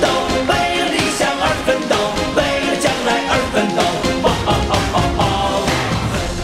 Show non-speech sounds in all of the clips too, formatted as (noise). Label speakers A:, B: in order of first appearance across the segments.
A: 斗，为了理想而奋斗，为了将来而奋斗。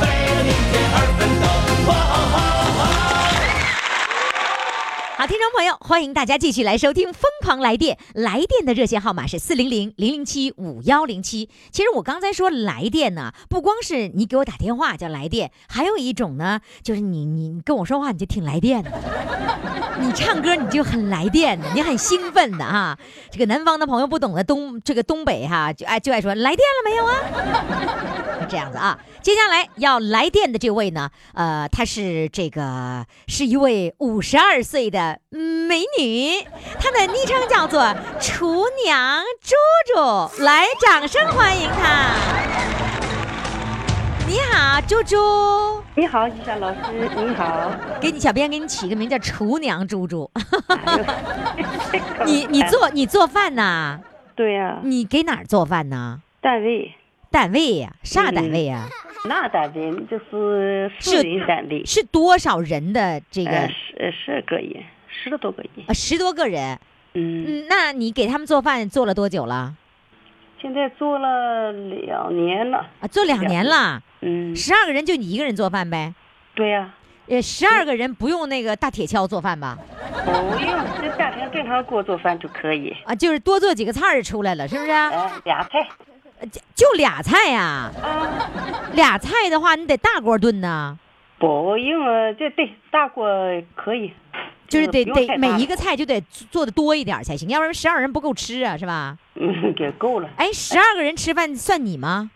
A: 为了明天而奋斗。
B: 好，听众朋友，欢迎大家继续来收听《疯狂来电》。来电的热线号码是四零零零零七五幺零七。其实我刚才说来电呢，不光是你给我打电话叫来电，还有一种呢，就是你你你跟我说话你就挺来电的， (laughs) 你唱歌你就很来电的，你很兴奋的啊。这个南方的朋友不懂得东这个东北哈、就爱就爱说来电了没有啊？这样子啊，接下来要来电的这位呢，呃，她是这个是一位五十二岁的美女，她的昵称叫做厨娘猪猪，来，掌声欢迎她。你好，猪猪，
C: 你好，于霞老师，你好。
B: 给你小编给你起个名叫厨娘猪猪。 (laughs)
C: 哎呦
B: 你你做你做饭呐、
C: 哎对呀、
B: 你给哪儿做饭呢？
C: 单位
B: 单位呀、啥单位呀、
C: 那单位就是
B: 是
C: 私人单位，
B: 是多少人的这个？
C: 呃十呃十个人，十多个人。
B: 呃，十多个人，
C: 嗯，
B: 嗯，那你给他们做饭做了多久了？
C: 现在做了两年了。
B: 啊，做两年了，
C: 嗯，
B: 十二个人就你一个人做饭呗？
C: 对呀、
B: 呃，十二个人不用那个大铁锹做饭吧？
C: 不用，就家庭正常给我做饭就可以。
B: 啊，就是多做几个菜儿出来了，是不是啊？
C: 哎，俩菜
B: 呃就就俩菜
C: (laughs)
B: 呀、
C: 啊，
B: 俩菜的话你得大锅炖呐，
C: 不用啊，这对大锅可以，
B: 就是得
C: 嗯不用
B: 得
C: 太
B: 每
C: 大
B: 一个菜就得做的多一点儿才行，要不然十二人不够吃啊，是吧？
C: 嗯给够了。
B: 哎，十二个人吃饭算你吗？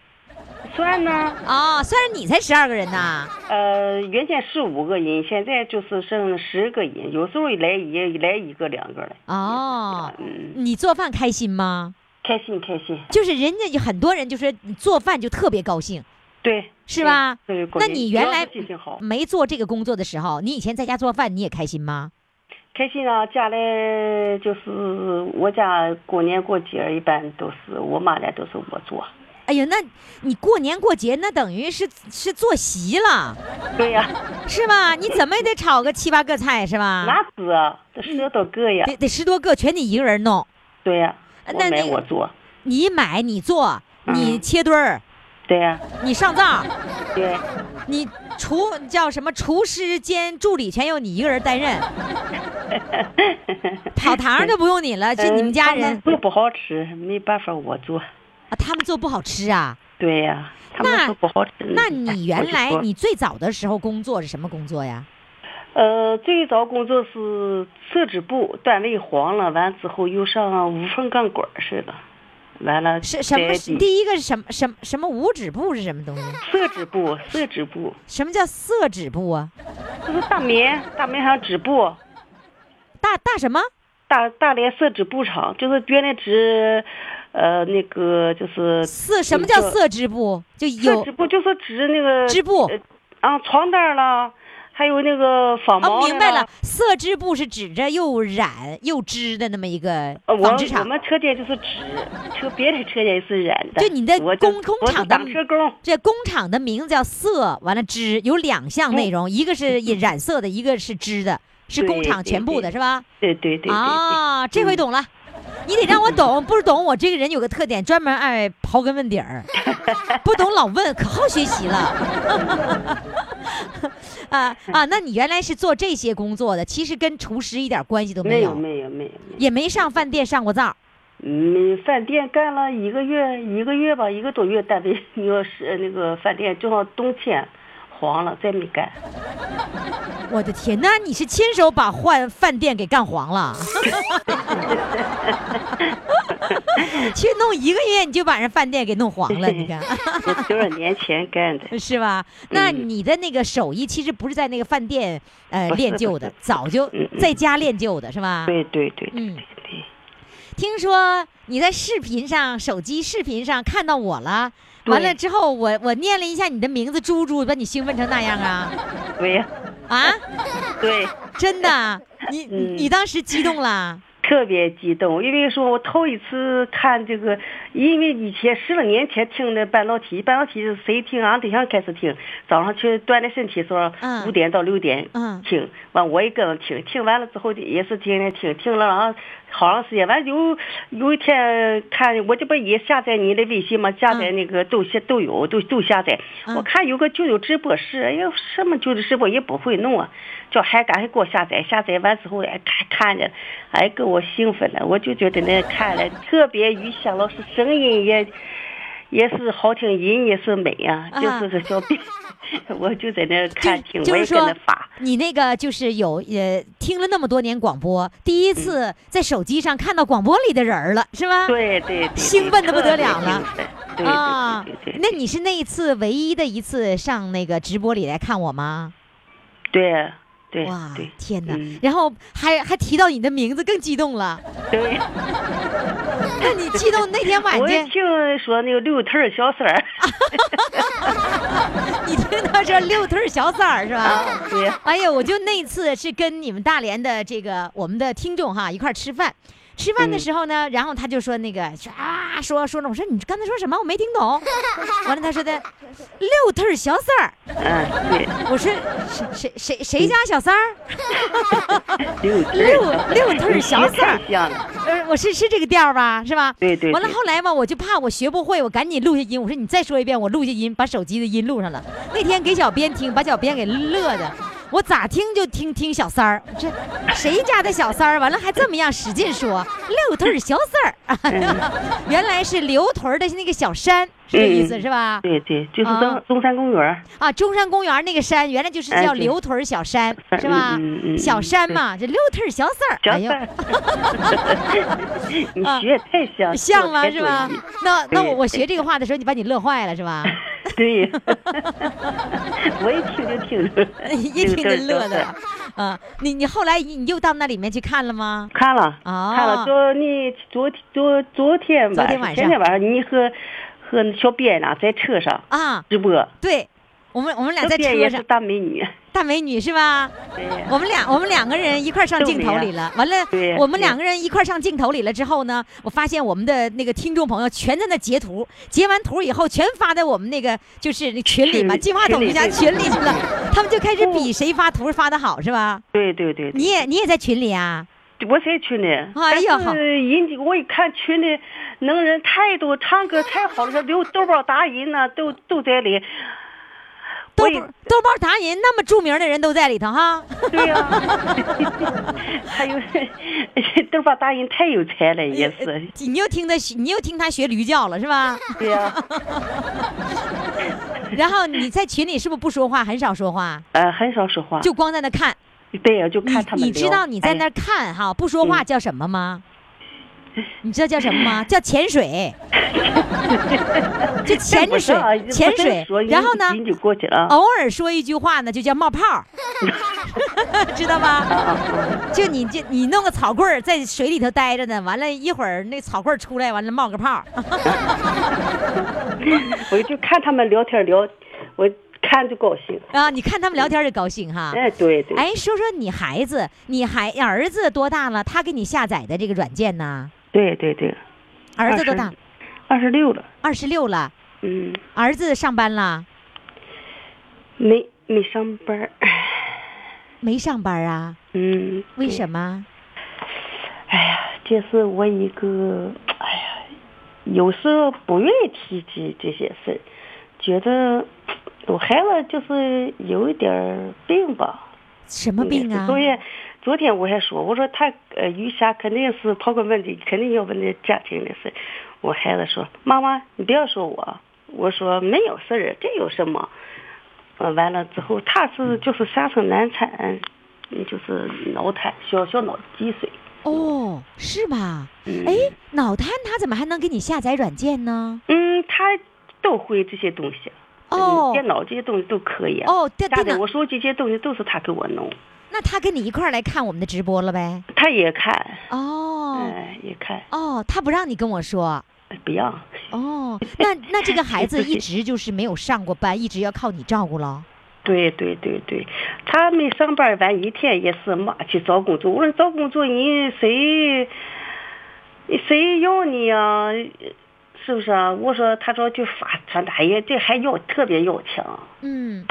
C: 蒜呢？
B: 哦，算是你才十二个人呐。
C: 呃，原先十五个人，现在就是剩十个人，有时候来也来一个两个了。
B: 哦，
C: 嗯，
B: 你做饭开心吗？
C: 开心开心，
B: 就是人家有很多人就说你做饭就特别高兴，
C: 对，
B: 是吧？
C: 对对
B: 那你原来
C: 主要是心情好，
B: 没做这个工作的时候，你以前在家做饭你也开心吗？
C: 开心啊！家里就是我家过年过节儿一般都是我妈来都是我做，
B: 哎呀，那你过年过节那等于是是坐席了，
C: 对呀、
B: 是吧？你怎么也得炒个七八个菜是吧？
C: 哪止啊，这十多个呀，
B: 得得十多个，全你一个人弄，
C: 对呀、
B: 嗯那
C: 我买
B: 那个
C: 我做，
B: 你买你做，
C: 嗯
B: 你切墩儿，
C: 对呀、
B: 你上灶，
C: 对，
B: 你厨叫什么厨师兼助理全由你一个人担
C: (laughs)
B: 任，跑堂儿就不用你了，就你们家
C: 呃他
B: 人
C: 做不好吃，没办法我做，
B: 啊，他们做不好吃啊。
C: 对呀、他们
B: 那
C: 说不好吃。
B: 那
C: 哎 (laughs)
B: 你
C: 我
B: 原
C: 就
B: 来
C: 说
B: 你最早的时候工作是什么工作呀？
C: 呃，最早工作是设置部，单位黄了，完之后又上无缝钢管似的，完了
B: 是什么
C: 在
B: 是？
C: 底
B: 第一个是什么什么什么五指部是什么东西？
C: 色纸布，色纸布
B: 什么叫色指部啊？
C: 就是大棉，大棉厂纸布，
B: 大大什么？
C: 大大连色纸布厂，就是原来织，呃，那个嗯就是
B: 色什么
C: 那
B: 叫
C: 个
B: 色织部？就
C: 色
B: 有
C: 纸布，就是织那个
B: 织布
C: 呃啊，床单啦，还有那个纺
B: 哦，
C: 呃毛、
B: 明白了。，色织部是指着又染又织的那么一个
C: 呃我
B: 纺织
C: 我
B: 厂。
C: 们车间就是纸，车别的车间是染的。
B: 就你的
C: 我就
B: 工工
C: 我是
B: 厂的
C: 挡车工，
B: 这工厂的名字叫色，完了织有两项内容，一个是也染色的，一个是织的，是工
C: 嗯对
B: 厂
C: 对
B: 全部的
C: 对
B: 是吧？
C: 对对对对嗯对，
B: 啊，这回懂了。你得让我懂，不是懂我这个人有个特点，专门爱刨根问底儿，不懂老问，可好学习了。啊啊，那你原来是做这些工作的，其实跟厨师一点关系都
C: 没
B: 没有，
C: 有没有没有没有，
B: 也没上饭店上过灶。
C: 嗯，饭店干了一个月一个月吧，一个多月单位，你说是那个饭店正好冬天黄了，再没干。
B: 我的天，
C: (laughs)
B: 那你是亲手把换饭店给干黄了？ (laughs) 去弄一个月你就把人饭店给弄黄了，你看
C: 我多少年前
B: (laughs)
C: 干 (laughs) 的，
B: 是吧？
C: 嗯
B: 那你的那个手艺其实不是在那个饭店呃
C: 不是
B: 练
C: 不
B: 就
C: (laughs)
B: 的
C: 是，
B: 早就
C: 嗯嗯
B: 在家练就的是吧？
C: 对对对对
B: 嗯
C: 对对。
B: 听说你在视频上、手机视频上看到我了，
C: 对
B: 完了之后我我念了一下你的名字猪猪，把你兴奋成那样
C: (laughs)
B: 啊
C: 对呀，
B: 啊！
C: 对，
B: 真的，啊你
C: 嗯
B: 你当时激动了，
C: 特别激动，因为说我头一次看这个，因为以前十来年前听的半导体，半导体是谁听？俺对象开始听，早上去锻炼身体的时候
B: 嗯，
C: 五点到六点
B: 嗯
C: 听，完我也跟着听，听完了之后也是天天听，听了啊好长时间，完有有一天看我这不也下载你的微信嘛，下载那个都下都有都都下载，
B: 嗯
C: 我看有个九九直播室，哎呦什么九九直播也不会弄啊，叫还赶快给我下载，下载完之后哎看看着，哎给我兴奋了，我就觉得那看了特别于霞老师声音也。也是好听，音也是美啊，
B: 啊
C: 就是个小病， (laughs) 我就在那看听，
B: 就就
C: 我也
B: 是
C: 跟
B: 说
C: 着发。
B: 你那个就是有呃听了那么多年广播，第一次在手机上看到广播里的人儿了，是吧？
C: 嗯对对对，
B: 兴奋得不得了了
C: 特别兴奋。对
B: 啊
C: 对对对对，
B: 那你是那一次唯一的一次上那个直播里来看我吗？
C: 对对
B: 哇
C: 对，，
B: 天哪！
C: 嗯
B: 然后还还提到你的名字，更激动
C: (laughs)
B: 了。
C: 对，
B: 那你激动那天晚
C: 我一
B: 上，
C: 听说那个六腿儿小三儿，
B: 你听到这六腿儿小三儿是吧？
C: 啊，对呀，
B: 哎呀，我就那次是跟你们大连的这个我们的听众哈一块儿吃饭，吃饭的
C: 嗯
B: 时候呢，然后他就说那个说啊说说呢，我说你刚才说什么？我没听
C: (laughs)
B: 懂。完了他说的六腿儿小三儿，
C: 嗯，对，
B: 我说谁谁谁谁家小三儿？
C: 六腿
B: 六
C: 儿
B: 六腿儿小三儿
C: 太像了，
B: 呃，我是是这个调儿吧，是吧？
C: 对对
B: 完了
C: 对
B: 后来吧，我就怕我学不会，我赶紧录下音。我说你再说一遍，我录下音，把手机的音录上了。那天给小编听，把小编给乐的，我咋听就听听小三儿，这谁家的小三儿？完了还这么样使劲说六腿儿小三
C: 嗯
B: 儿， (laughs) 原来是刘屯儿的那个小山，是这意思、
C: 嗯
B: 是吧？
C: 对对，就是
B: 啊
C: 中中山公园儿，
B: 啊，中山公园那个山原来就是
C: 哎
B: 叫
C: 对
B: 刘屯儿小山，是吧？
C: 嗯嗯嗯
B: 小山嘛，这六腿儿小三儿，
C: 小
B: 哎呦
C: 三。
B: (laughs)
C: 儿，你学太 (laughs) 像，
B: 像
C: 了
B: 了是吧？那那我
C: 对
B: 我学这个话的时候，你把你乐坏了是
C: (laughs)
B: 吧？
C: 对呀，我一听就听着，
B: (laughs) 一听就乐
C: 六腿儿小三
B: 的
C: 儿。
B: 啊！你你后来你你又到那里面去看了吗？
C: 看了，
B: 哦
C: 看了。昨你昨天昨昨天
B: 昨
C: 晚
B: 天
C: 上，
B: 晚上
C: 前天晚上你和和小编呐在车上
B: 啊，
C: 直播，
B: 对，我们我们俩
C: 小
B: 在
C: 编
B: 车
C: 也是
B: 上，
C: 大美女，
B: 大美女是吧？
C: 对呀，
B: 我们俩我们两个人一块儿上镜头里了，完了
C: 对呀
B: 我们两个人一块儿上镜头里了之后呢，我发现我们的那个听众朋友全在那截图，截完图以后全发在我们那个就是那群里嘛，
C: 群
B: 金话筒
C: 群里
B: 一家
C: 对哦
B: 群里去了，他们就开始比谁发图发的好是吧？
C: 对对对，
B: 你也你也在群里啊？
C: 我在群里，
B: 哎呀好
C: 但是人家我一看群里能人太多，唱歌太好了，刘豆包达人呐、都都在里，
B: 豆
C: 我
B: 包
C: 也
B: 豆包达人那么著名的人都在里头哈，
C: 对
B: (laughs)
C: 呀、还有 (laughs) 豆包达人太有才了，也是，
B: 呃你又听他学，你又听他学驴叫了是
C: (laughs)
B: 吧？
C: 对呀、
B: 然后你在群里是不是不说话，很少说话，
C: 呃，很少说话，
B: 就光在那看。
C: 对呀、就
B: 你
C: 看他们
B: 你知
C: 聊
B: 道你在那
C: 哎嗯
B: 儿看哈，不说话叫什么吗？你知道叫什么吗？叫潜
C: (laughs)
B: 水，就潜着
C: 不是
B: 水
C: 啊，不
B: 潜
C: 是
B: 水
C: 说。
B: 然后呢，哦
C: 人就过去了啊。
B: 偶尔说一句话呢，就叫冒泡 (laughs) 儿，知道吗？
C: 啊啊！
B: 就你这，你弄个草棍儿在水里头待着呢，完了一会儿那草棍儿出来，完了冒个 (laughs) 泡儿，
C: 我就看他们聊天聊，我看就高兴。
B: 啊，你看他们聊天儿就高兴哈。
C: 哎，对对，
B: 哎，说说你孩子，你孩儿子多大了？他给你下载的这个软件呢？
C: 对对对，
B: 儿子多大
C: 20？二十六了，
B: 二十六了。
C: 嗯，
B: 儿子上班了？
C: 没没上班儿，
B: 没上班啊？
C: 嗯，
B: 为什么？
C: 哎呀，这是我一个，哎呀，有时候不愿意提起这些事儿，觉得我孩子就是有一点儿病吧，
B: 什么病啊？
C: 昨天，昨天我还说，我说他呃，余霞肯定是刨根问底，肯定要问这家庭的事。我孩子说：“妈妈，你不要说我。”我说：“没有事儿，这有什么？”呃，完了之嗯后，他是就是下生难产，嗯就是脑瘫，小小脑积水。
B: 哦，是吧？
C: 嗯
B: 哎，脑瘫他怎么还能给你下载软件呢？
C: 嗯，他都会这些东西，嗯
B: 哦
C: 电脑这些东西都可以。
B: 哦，电
C: 下
B: 电
C: 载
B: 脑
C: 我，手机这些东西都是他给我弄，
B: 那他跟你一块儿来看我们的直播了呗？
C: 他也看，
B: 哦
C: 哎，也看，哎
B: 哦，他不让你跟我说。
C: 不让。 (laughs)
B: 哦，那那这个孩子一直就是没有上过班，一直要靠你照顾了。
C: 对对对对，他们上班晚一天也是嘛去找工作。我说找工作你谁，谁要你呀、是不是啊？我说他说就发传单也这还要特别要强。
B: 嗯，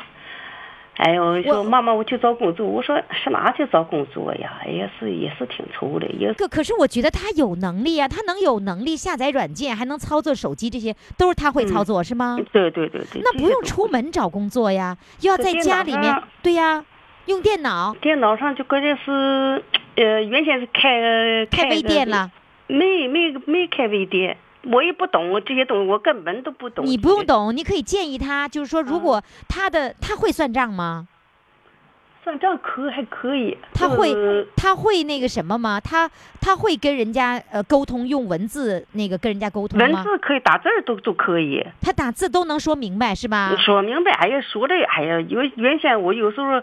C: 哎呦，
B: 我
C: 说妈妈我去找工作，我说上哪去找工作哎呀？也是也是挺愁的，也
B: 可可是我觉得他有能力啊，他能有能力下载软件，还能操作手机，这些都是他会
C: 嗯
B: 操作，是吗？
C: 对对对对。
B: 那不用
C: 这些
B: 出门找工作呀，又要
C: 可
B: 在
C: 电
B: 家
C: 脑
B: 里
C: 上啊
B: 面，对呀，用电脑
C: 都电脑上就关键是，呃，原先是开
B: 开微
C: 个
B: 店了，
C: 没没没开微店，我也不懂这些东西，我根本都不懂。嗯
B: 你不用，懂，你可以建议他，就是说，如果他的他会算账吗？
C: 算账可还可以。
B: 他会
C: 呃
B: 他会那个什么吗？他他会跟人家呃沟通，用文字那个跟人家沟通
C: 文
B: 吗？
C: 字可以，打字儿都都可以。
B: 他打字都能说明白是吧
C: 你？说明白，哎呀，说的，哎呀，有原先我有时候，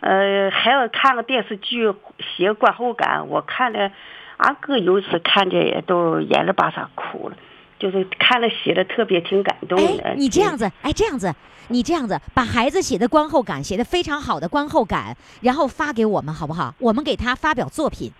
C: 呃，孩子看个电视剧写观后感，我看的，俺哥有一次看着也都眼泪巴嚓哭了，就是看了写的特别挺感动的
B: 哎。，你这样子，哎，这样子，你这样子把孩子写的观后感写的非常好的观后感，然后发给我们好不好？我们给他发表作品，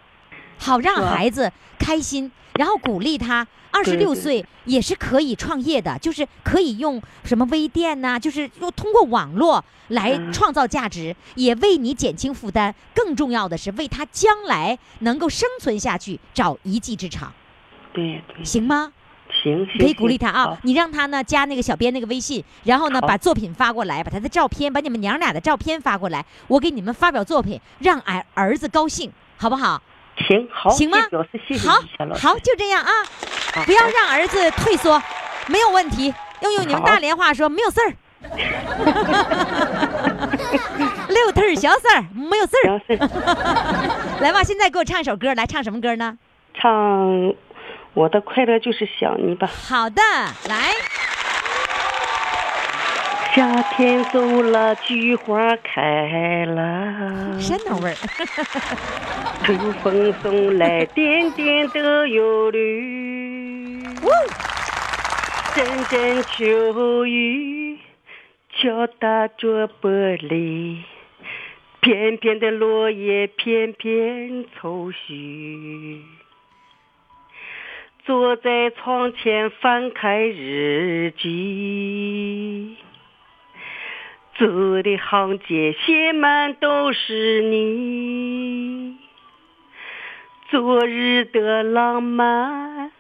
B: 好让
C: 是啊
B: 孩子开心，然后鼓励他。二十
C: 对
B: 六
C: 对
B: 岁也是可以创业的，就是可以用什么微店呐、就是用通过网络来
C: 嗯
B: 创造价值，也为你减轻负担。更重要的是，为他将来能够生存下去找一技之长，
C: 对对，
B: 行吗？
C: 行行，
B: 你可以鼓励他
C: 好
B: 啊，你让他呢加那个小编那个微信，然后呢
C: 好
B: 把作品发过来，把他的照片，把你们娘俩的照片发过来，我给你们发表作品，让俺儿子高兴，好不好？
C: 行好，
B: 行吗
C: 这表示谢谢
B: 好
C: 你小老，师，
B: 好，就这样啊，
C: 好
B: 不要让儿子退缩，没有问题。用用你们
C: 好
B: 大连话说，没有
C: (laughs)
B: 事儿。六腿儿小事儿，没有事儿。
C: 行是。
B: 来吧，现在给我唱一首歌，来唱什么歌呢？
C: 唱《我的快乐就是想你》吧。
B: 好的，来，
C: 夏天走了，菊花开了，
B: 山东味儿。
C: 春风送来点点的忧虑，阵阵秋雨敲打着玻璃，片片的落叶片片愁绪。坐在窗前翻开日记，字里行间写满都是你。昨日的浪漫，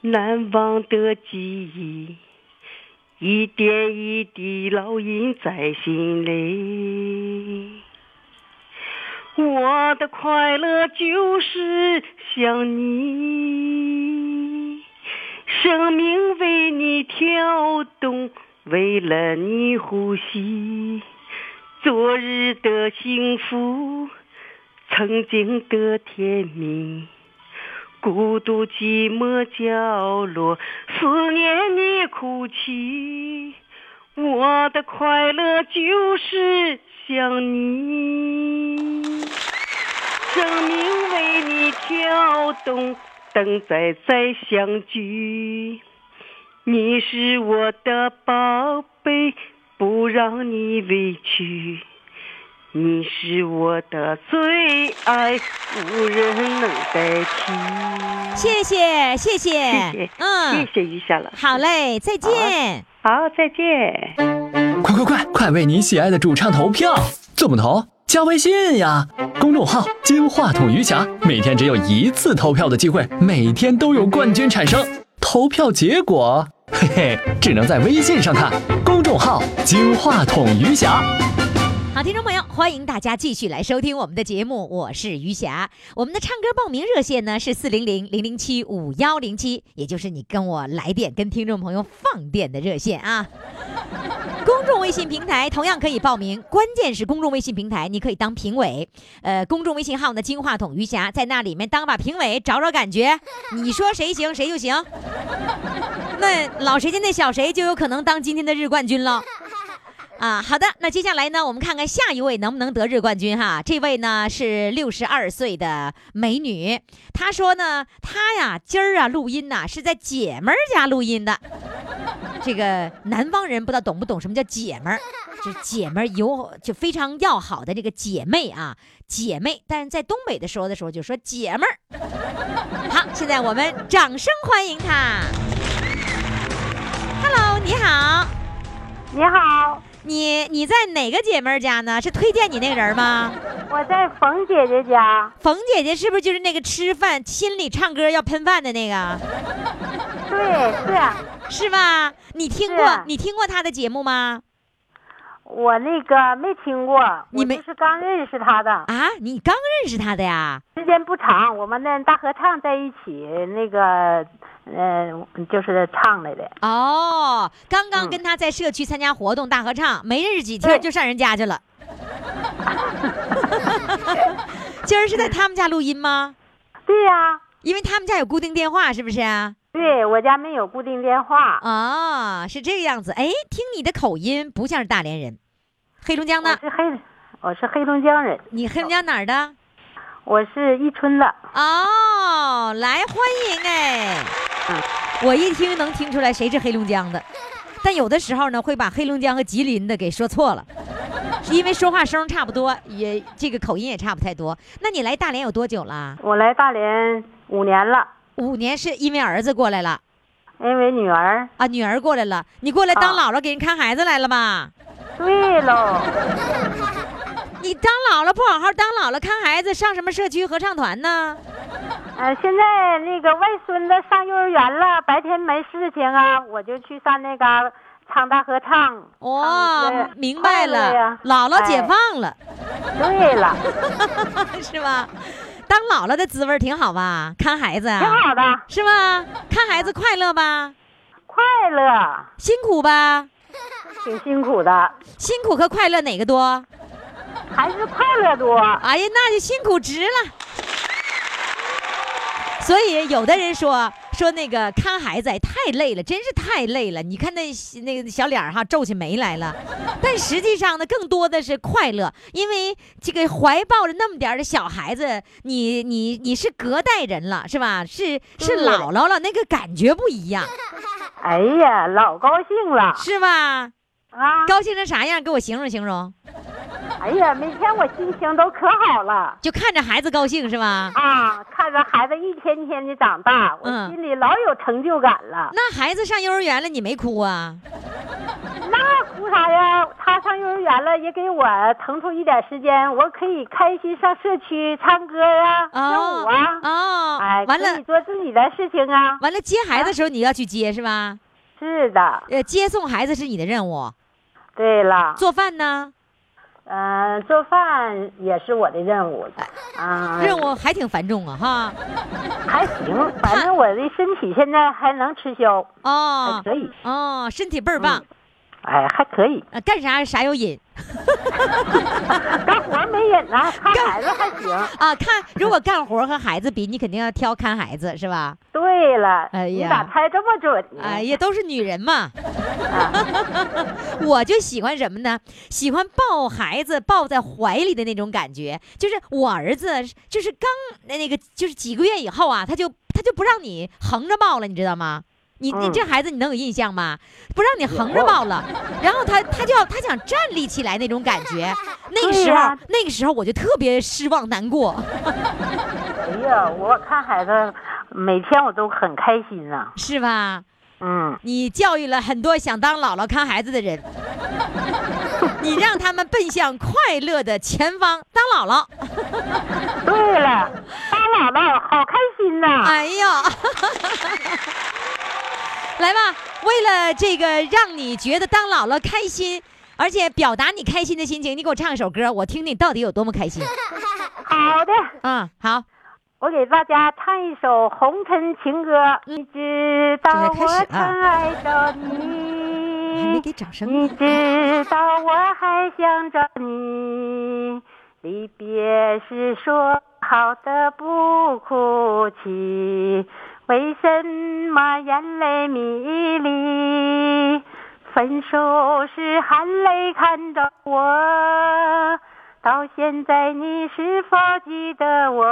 C: 难忘的记忆，一点一滴烙印在心里。我的快乐就是想你，生命为你跳动，为了你呼吸。昨日的幸福，曾经的甜蜜，孤独寂寞角落，思念你哭泣。我的快乐就是想你，生命为你跳动，等待再相聚。你是我的宝贝，不让你委屈。你是我的最爱，无人能代替。
B: 谢谢，谢谢，
C: 谢谢，
B: 嗯，
C: 谢谢于霞老师。
B: 好嘞，再见。
C: 好，再见。
D: 快快快，快为你喜爱的主唱投票！怎么投？加微信呀，公众号“金话筒余霞”，每天只有一次投票的机会，每天都有冠军产生。投票结果，嘿嘿，只能在微信上看。公众号“金话筒余霞”。
B: 好，听众朋友，欢迎大家继续来收听我们的节目，我是余霞。我们的唱歌报名热线呢是四零零零零七五幺零七，也就是你跟我来电，跟听众朋友放电的热线啊。公众微信平台同样可以报名，关键是公众微信平台你可以当评委，呃，公众微信号呢金话筒余霞在那里面当把评委，找找感觉，你说谁行谁就行。那老谁家那小谁就有可能当今天的日冠军了。啊，好的，那接下来呢，我们看看下一位能不能得日冠军哈。这位呢是六十二岁的美女，她说呢，她呀今儿啊录音呐、是在姐们儿家录音的。这个南方人不知道懂不懂什么叫姐们儿，就是姐们儿友就非常要好的这个姐妹啊，姐妹。但是在东北的时候的时候就说姐们儿。好，现在我们掌声欢迎她。Hello，你好。
C: 你好，
B: 你你在哪个姐妹儿家呢？是推荐你那个人吗？
C: 我在冯姐姐家，
B: 冯姐姐是不是就是那个吃饭、心里唱歌要喷饭的那个？
C: 对，是啊
B: 是吧？你听过
C: 是
B: 你听过她的节目吗？
C: 我那个没听过，
B: 你没
C: 我就是刚认识她的，
B: 啊，你刚认识她的呀？
C: 时间不长，我们那大合唱在一起，那个，呃，就是唱来的，
B: 哦，刚刚
C: 嗯
B: 跟她在社区参加活动大合唱，没认识几天
C: 对
B: 就上人家去了。今儿是在他们家录音吗？
C: 对呀、
B: 因为他们家有固定电话，是不是啊？
C: 对我家没有固定电话，
B: 啊，是这个样子。哎，听你的口音不像是大连人，黑龙江
C: 我
B: 的。
C: 是黑，我是黑龙江人，
B: 你黑龙江哪儿的？
C: 我是伊春的，
B: 哦，来欢迎哎！我一听能听出来谁是黑龙江的，但有的时候呢会把黑龙江和吉林的给说错了，是因为说话声差不多，也这个口音也差不太多。那你来大连有多久了？
C: 我来大连五年了，
B: 五年是因为儿子过来了
C: 因为女儿，
B: 啊，女儿过来了，你过来当
C: 啊
B: 姥姥给人看孩子来了吧？
C: 对喽，
B: 你当姥姥不好好当姥姥看孩子，上什么社区合唱团呢？
C: 呃，现在那个外孙子上幼儿园了，白天没事情啊，我就去上那个唱大合唱。
B: 哇、
C: 唱歌
B: 哦明白
C: 快乐
B: 了
C: 哎呀，哎
B: 姥姥解放啊了，
C: 对了，
B: (laughs) 是吧？当姥姥的滋味儿挺好吧？看孩子
C: 挺
B: 啊，
C: 好的，
B: 是吧？看孩子快乐吧，
C: 快乐，
B: 辛苦吧，
C: 挺辛苦的，
B: 辛苦和快乐哪个多？
C: 还是快乐多。
B: 哎呀，那就辛苦值了。所以有的人说说那个看孩子哎太累了，真是太累了。你看那那个小脸儿哈皱起眉来了，但实际上呢，更多的是快乐，因为这个怀抱着那么点儿的小孩子，你你你是隔代人了是吧？是是
C: 对
B: 姥姥了，那个感觉不一样
C: 哎呀，老高兴了
B: 是吧？
C: 啊！
B: 高兴成啥样？给我形容形容，
C: 哎呀，每天我心情都可好了
B: 就看着孩子高兴是吧？
C: 啊！看着孩子一天天的长大，我
B: 嗯
C: 心里老有成就感了。
B: 那孩子上幼儿园了，你没哭啊？
C: 那哭啥呀？他上幼儿园了，也给我腾出一点时间，我可以开心上社区唱歌呀、跳舞啊。
B: 哦，
C: 哎，
B: 完
C: 可
B: 了
C: 以。做自己的事情啊。
B: 完了，接孩子的时候你要去接是吧？
C: 是的，
B: 呃，接送孩子是你的任务，
C: 对了，
B: 做饭呢，
C: 嗯、做饭也是我的任务啊，
B: 哎任务还挺繁重啊哈。
C: 还行，反正我的身体现在还能吃消，还
B: 哦
C: 可以，
B: 哦，身体倍儿棒，
C: 哎，还可以，
B: 呃干啥啥有瘾
C: 干活没瘾呢，看孩子还行。
B: 啊。看，如果干活和孩子比，你肯定要挑看孩子是吧？
C: 对了，
B: 哎呀
C: 你咋猜这么准呢？
B: 哎呀，都是女人嘛。
C: 啊
B: (laughs) 我就喜欢什么呢？喜欢抱孩子抱在怀里的那种感觉。就是我儿子，就是刚那那个，就是几个月以后啊，他就他就不让你横着抱了，你知道吗？你你
C: 嗯
B: 这孩子你能有印象吗？不让你横着抱了，然后他他就要他想站立起来那种感觉，那个
C: 对
B: 时候、
C: 呀
B: 那个时候我就特别失望难过。
C: 哎呀，我看孩子每天我都很开心呐、
B: 是吧？
C: 嗯，
B: 你教育了很多想当姥姥看孩子的 (laughs) 人，你让他们奔向快乐的前方，当姥姥。
C: 对了，当姥姥好开心呐、
B: 哎 (laughs) 呀，来吧，为了这个让你觉得当姥姥开心，而且表达你开心的心情，你给我唱一首歌，我听听到底有多么开 (laughs) 心。
C: 好的，
B: 嗯，好，
C: 我给大家唱一首《红尘情歌》。你知道
B: 这才开
C: 我
B: 始啊
C: 曾爱着你，
B: 还没给掌声呢。
C: 你知道我还想着你，离别时说好的不哭泣，为什么眼泪迷离？分手时含泪看着我，到现在你是否记得我？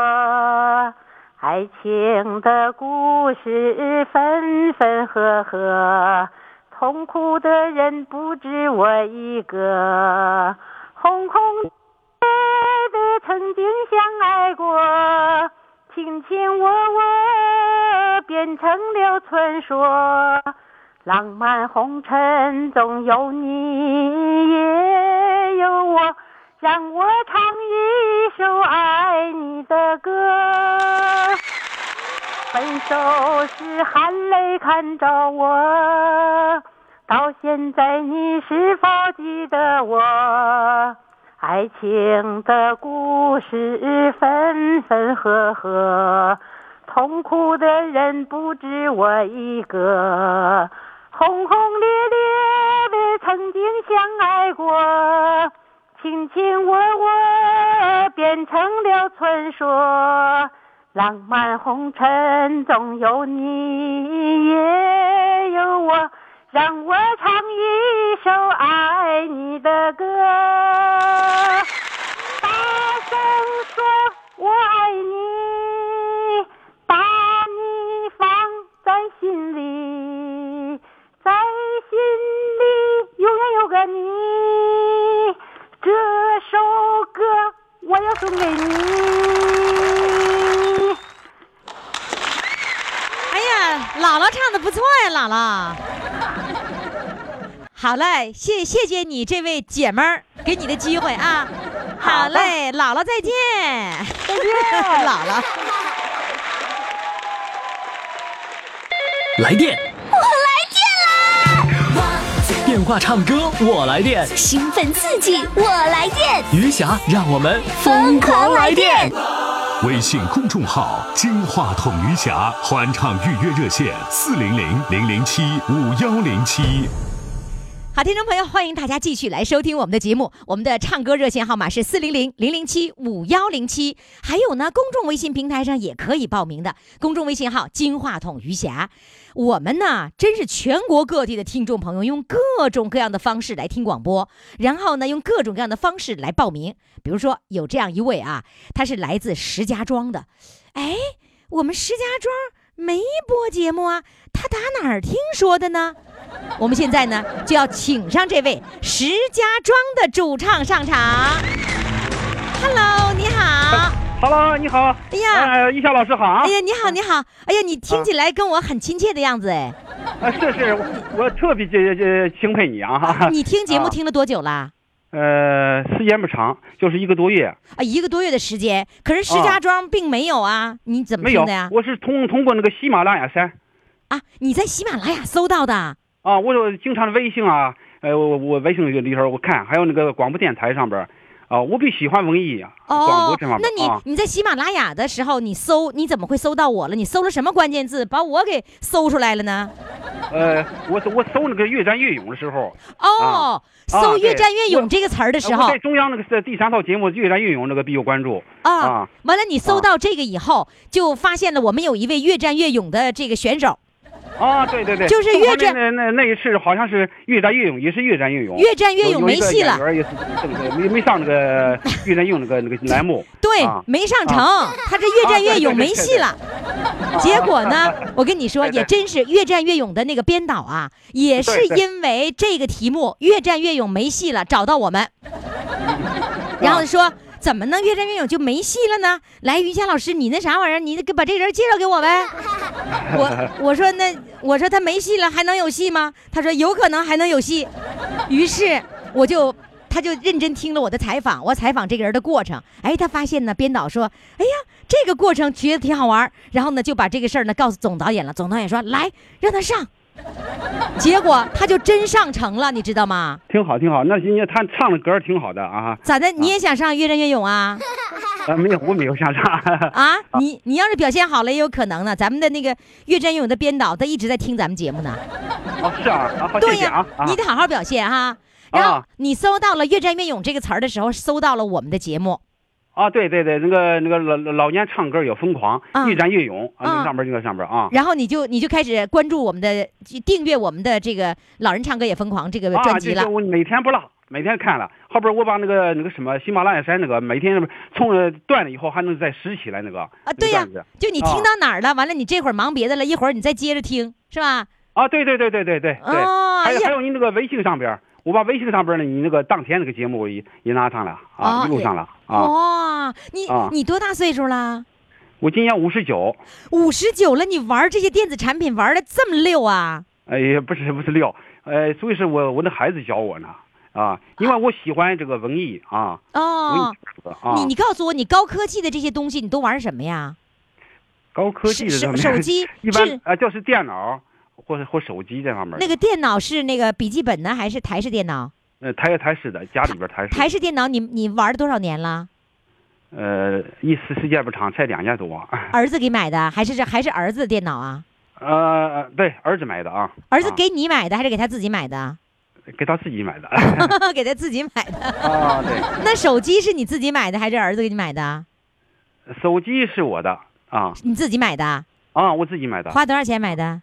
C: 爱情的故事分分合合，痛苦的人不止我一个。轰轰烈烈的曾经相爱过，卿卿我我变成了传说。浪漫红尘中有你也有我，让我唱一首爱你的歌。分手时含泪看着我，到现在你是否记得我？爱情的故事分分合合，痛苦的人不止我一个。轰轰烈烈的曾经相爱过，卿卿我我变成了传说。浪漫红尘中有你也有我，让我唱一首爱你的歌。大声说我爱你，把你放在心里，在心里永远有个你。这首歌我要送给你。
B: 哎呀，姥姥唱的不错呀，姥姥。好嘞，谢谢谢你这位姐们儿给你的机会啊。好嘞，姥姥再见。再见， (laughs) 姥姥。
D: 来电，我来电啦！电话唱歌，我来电。
E: 兴奋刺激，我来电，
D: 余霞，让我们
E: 疯狂来电！
F: 微信公众号“金话筒余霞”欢唱预约热线：四零零零零七五幺零七。
B: 好，听众朋友，欢迎大家继续来收听我们的节目。我们的唱歌热线号码是四零零零零七五幺零七，还有呢，公众微信平台上也可以报名的，公众微信号“金话筒余霞”。我们呢，真是全国各地的听众朋友，用各种各样的方式来听广播，然后呢，用各种各样的方式来报名。比如说，有这样一位啊，他是来自石家庄的，哎，我们石家庄没播节目啊，他打哪儿听说的呢？我们现在呢就要请上这位石家庄的主唱上场。Hello，你好。
G: Hello，你好。
B: 哎呀
G: 哎，一笑老师好啊
B: 哎！呀，你好，你好。哎呀，你听起来跟我很亲切的样子哎。
G: 啊，是是，我我特别这这钦佩你啊！哈，
B: 你听节目
G: 啊
B: 听了多久啦？
G: 呃，时间不长，就是一个多月，
B: 啊，一个多月的时间。可是石家庄并没有啊，你怎么
G: 没有
B: 听的呀。？
G: 我是通通过那个喜马拉雅山
B: 啊，你在喜马拉雅搜到的。
G: 啊，我有经常微信啊，呃，我我微信里头我看，还有那个广播电台上边儿啊，我比较喜欢文艺啊，广播这
B: 哦
G: 方面
B: 那你、
G: 啊。
B: 你在喜马拉雅的时候，你搜你怎么会搜到我了？你搜了什么关键字，把我给搜出来了呢？
G: 呃，我我搜那个越战越勇的时候，
B: 哦，
G: 啊
B: 搜“越
G: 对
B: 战越勇”
G: 我
B: 这个词儿的时
G: 呃
B: 候
G: 我在，中央那个是第三套节目《越战越勇》那个必有关注
B: 啊
G: 啊，
B: 完了，你搜
G: 啊
B: 到这个以后，就发现了我们有一位越战越勇的这个选手，
G: 啊，对对对，
B: 就是越战
G: 那那那一次好像是越战越勇，也是越战越勇，
B: 越战越勇没戏了，
G: 有有一个演员也是这个没没上那个越战越勇那个那个栏目，
B: 对，
G: 啊
B: 没上成，
G: 啊
B: 他这越战越勇
G: 啊对对对
B: 没戏了。结果
G: (laughs)
B: 呢，我跟你说，
G: 对对
B: 也真是越战越勇的那个编导啊，也是
G: 对对
B: 因为这个题目“越战越勇”没戏了，找到我
G: (laughs)
B: 们，然后说。怎么能越战越勇就没戏了呢？来，于谦老师，你那啥玩意儿，你给把这人介绍给我
G: (laughs)
B: 呗。我我说那我说他没戏了，还能有戏吗？他说有可能还能有戏。于是我就他就认真听了我的采访，我采访这个人的过程。哎，他发现呢，编导说，哎呀，这个过程觉得挺好玩儿。然后呢，就把这个事儿呢告诉总导演了。总导演说，来让他上。结果他就真上成了，你知道吗？
G: 挺好，挺好。那人家他唱的歌儿挺好的啊。
B: 咋的？你也想上越战越勇啊？
G: 啊，没有，我没有想唱。
B: 啊，你你要是表现好了，也有可能呢。咱们的那个越战越勇的编导，他一直在听咱们节目呢。
G: 哦，是啊，啊，好，谢
B: 对
G: 谢
B: 呀
G: 啊。啊，
B: 你得好好表现哈。然后
G: 啊
B: 你搜到了“越战越勇”这个词儿的时候，搜到了我们的节目。
G: 啊，对对对，那个那个老老老年唱歌也疯狂
B: 啊，
G: 越战越勇啊，那
B: 啊
G: 个上边那个上边啊。
B: 然后你就你就开始关注我们的，订阅我们的这个《老人唱歌也疯狂》这个专辑
G: 啊、
B: 了
G: 这这。我每天不落，每天看了。后边我把那个那个什么喜马拉雅山那个每天冲着呃断了以后还能再拾起来那个
B: 啊，对呀、
G: 那个段子
B: 就你听到哪儿了，完了你这会儿忙别的了，一会儿你再接着听，是吧？
G: 啊，对对对对对对对，
B: 哦哎
G: 还有
B: 呀
G: 还有你那个微信上边儿，我把微信上边儿呢，你那个当天那个节目我也也拿上了啊，
B: 哦
G: 一录
B: 也
G: 上了
B: 哇、
G: 啊。
B: 哦你、
G: 啊
B: 你多大岁数啦？
G: 我今年五十九，
B: 五十九了，你玩这些电子产品玩的这么溜啊？
G: 哎也不是不是六，呃，所以是我我的孩子教我呢啊，因为我喜欢这个文艺啊，文
B: 哦
G: 艺，这个啊，
B: 你你告诉我，你高科技的这些东西你都玩什么呀？
G: 高科技
B: 手手
G: 的上
B: 手
G: 面
B: 机
G: (laughs) 一
B: 智
G: 般啊就是电脑或者或手机这方面儿。
B: 那个电脑是那个笔记本呢，还是台式电脑？
G: 呃，台台式的，家里边儿台式的。
B: 台式电脑你你玩了多少年了？
G: 呃，一时时间不长，才两年多。
B: 儿子给买的，还是这还是儿子的电脑啊？
G: (laughs) 呃，对，儿子买的啊，
B: 儿子
G: 啊
B: 给你买的，还是给他自己买的？
G: 给他自己买的。
B: (laughs) 给他自己买的。 (laughs)
G: 啊，对，
B: 那手机是你自己买的，还是儿子给你买的？
G: 手机是我的啊
B: 你自己买的，
G: 啊，我自己买的。
B: 花多少钱买的？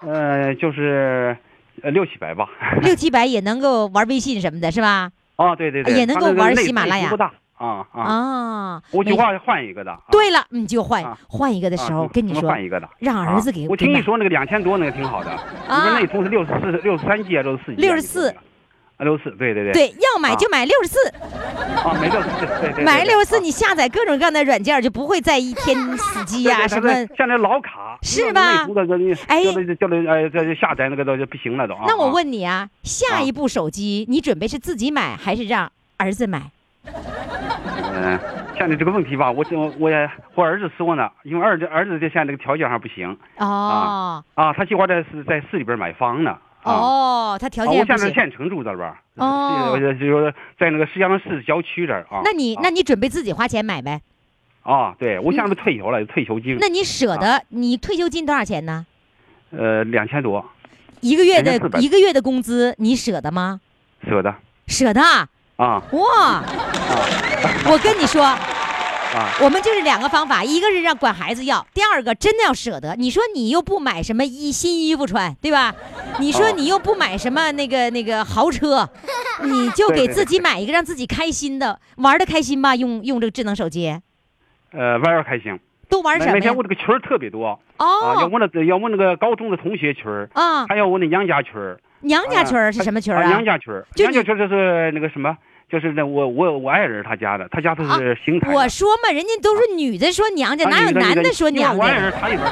G: 呃，就是呃六七百
B: (laughs)
G: 吧。
B: 六七百也能够玩微信什么的，是吧？
G: 啊，对对对，
B: 哎也能
G: 他
B: 够
G: 那个
B: 玩
G: 内
B: 喜马
G: 内
B: 拉
G: 存
B: 雅
G: 不大啊啊，
B: 啊，
G: 我就
B: 没
G: 换换一个的。啊
B: 对了，你就换
G: 啊
B: 换一个的
G: 啊
B: 时候，
G: 我
B: 跟你
G: 我
B: 说，
G: 换一个的，
B: 让
G: 啊
B: 儿子给
G: 我
B: 给
G: 听你
B: 买
G: 说那个两千多那个挺好的，你
B: 啊
G: 说内存是六十四、六十三 G 啊，六十四 G
B: 64
G: 啊。啊，六十四，对对对。
B: 对，要买就买六十四，
G: 啊，没六十四，对对对。
B: 买
G: 对
B: 六十四，
G: 啊
B: 你下载各种各样的软件儿，就不会在意天死机呀、
G: 对
B: 什
G: 对
B: 么
G: 对。像那老卡
B: 是
G: 那
B: 吧
G: 内存的这这
B: 哎
G: 叫那叫那呃，这这下载那个都就不行了都啊。
B: 那我
G: 啊，
B: 问你啊，下
G: 啊
B: 一部手机你准备是自己买还是让儿子买？
G: 嗯，像你这个问题吧，我这我也我儿子说呢，因为儿子儿子这现在这个条件还不行
B: 哦
G: 啊，他计划在市在市里边买房呢。啊，
B: 哦，他条
G: 啊，
B: 件
G: 我
B: 不
G: 现在
B: 行。
G: 县城住这边儿，
B: 哦
G: 是我就就说在那个石家庄市郊区这儿啊。
B: 那你
G: 啊
B: 那你准备自己花钱买呗？
G: 啊，对我现在不退休了，有退休金，
B: 那你舍
G: 啊
B: 得？你退休金多少钱呢？
G: 呃，两千多，
B: 一个月的
G: 2400
B: 一个月的工资，你舍得吗？
G: 舍得
B: 舍得啊
G: 啊
B: 哇！我跟你说，
G: 啊
B: 我们就是两个方法，一个是让管孩子要，第二个真的要舍得。你说你又不买什么衣新衣服穿，对吧？你说
G: 哦
B: 你又不买什么那个那个豪
G: (laughs)
B: 车，你就
G: 对
B: 给自
G: 对对
B: 己买一个让自己开心的，玩的开心吧。用用这个智能手机，
G: 呃，玩玩开心。
B: 都玩什
G: 那
B: 么
G: 那天我
B: 呀？
G: 这个群儿特别多，啊，要
B: 哦
G: 么那要么那个高中的同学群儿，
B: 啊，
G: 还有我那娘家群儿。
B: 娘家群儿是什么群儿
G: 娘
B: 啊？
G: 家群儿，
B: 就
G: 娘家
B: 你
G: 群儿就是那个什么，就是那我我我爱人他家的，他家都是邢台的。
B: 啊我说嘛，人家都是女的说娘家，
G: 哎啊
B: 哪有
G: 女的
B: 男的说娘
G: 因为我爱
B: 家？
G: 人他也是，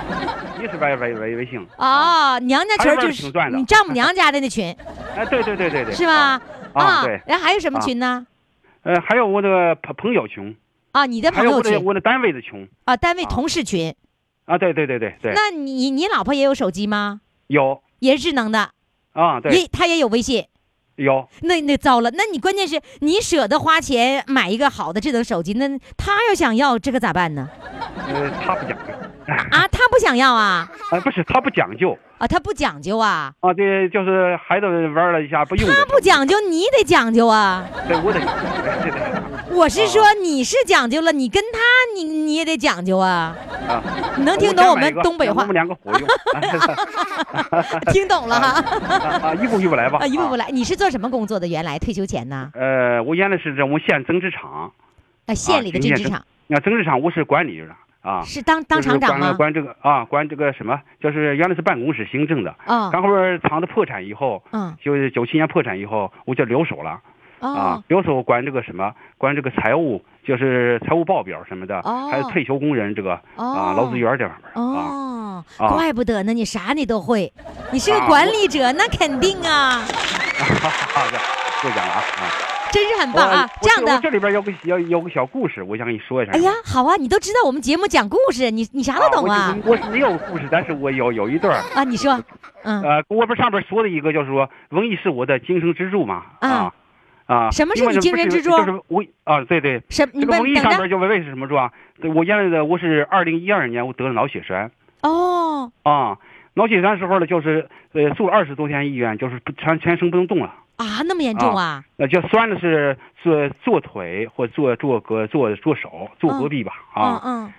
G: 也是外外外啊微信。
B: 哦，娘家群儿
G: 还
B: 就
G: 有
B: 是
G: 挺赚的
B: 你丈母娘家的那群
G: 哎，对对对对对。
B: 是吧
G: (laughs) 啊？啊对
B: 然后还有什么
G: 啊
B: 群呢？
G: 呃，还有我的朋朋友群，
B: 啊，你的
G: 还
B: 朋
G: 有
B: 友
G: 我的
B: 群
G: 我的单位的群。
B: 啊，单位
G: 啊
B: 同事群。
G: 啊，对对对对对，
B: 那你你老婆也有手机吗？
G: 有
B: 也是智能的，
G: 啊，对
B: 也她也有微信。
G: 有
B: 那那糟了，那你关键是你舍得花钱买一个好的智能手机，那她要想要这个咋办呢？
G: 呃，他不讲究，
B: 啊，她不想要啊，
G: 啊，不是他不讲究
B: 啊，她不讲究啊，
G: 啊，对，就是孩子玩了一下不用。
B: 她不，讲究，你得讲究啊。
G: 对，我得，对对对。
B: 我是说，你是讲究了，你跟他，你你也得讲究啊。
G: (laughs) 啊
B: 你能听懂我们东北
G: 我
B: 话
G: 们？两个活用， (laughs)
B: 听懂了哈？
G: 啊，一步一步来吧。
B: 啊，一步步
G: 来。
B: 来。你是做什么工作的？原来退休前呢？
G: 呃，我原来是在我们县针织厂，
B: 啊，县里的针织厂
G: 那针织啊厂我是管理的啊，
B: 是当当
G: 就是
B: 厂长
G: 管
B: 吗？
G: 管这个啊，管这个什么，就是原来是办公室行政的，
B: 啊，
G: 然后厂子破产以后，
B: 嗯，
G: 就是九七年破产以后，我就留守了啊
B: 哦，，
G: 留守管这个什么，管这个财务，就是财务报表什么的，
B: 哦
G: 还有退休工人这个
B: 哦
G: 啊，劳资员这 (laughs) 方面啊，
B: 哦，
G: 啊
B: 怪不得呢，你啥你都会，你是个管理者，那肯定啊。
G: 哈哈哈，就讲了啊啊，
B: 真是很棒啊！
G: 我
B: 这样
G: 我我这
B: 的，
G: 里边有个有有个小故事，我想跟你说一下。
B: 哎呀，好啊，你都知道我们节目讲故事，你你啥都懂啊
G: 我我没有故事，但是我有有一段儿，
B: 啊！你说，嗯，
G: 呃，我不是上边说的一个，就是说文艺是我的精神支柱嘛，啊啊，
B: 嗯什么是
G: 另外
B: 你精神支柱
G: 就是我啊，对对，
B: 什你
G: 这
B: 不
G: 个文艺
B: 等
G: 上
B: 着
G: 边就为为是什么柱啊？对我原来的我是二零一二年我得了脑血栓
B: 哦
G: 啊，脑血栓时候呢，就是呃住了二十多天医院，就是不全全身不能动了。
B: 啊，那么严重啊？
G: 那就酸的是坐坐腿或坐坐胳坐坐手坐胳臂吧、
B: 嗯
G: 啊、
B: 嗯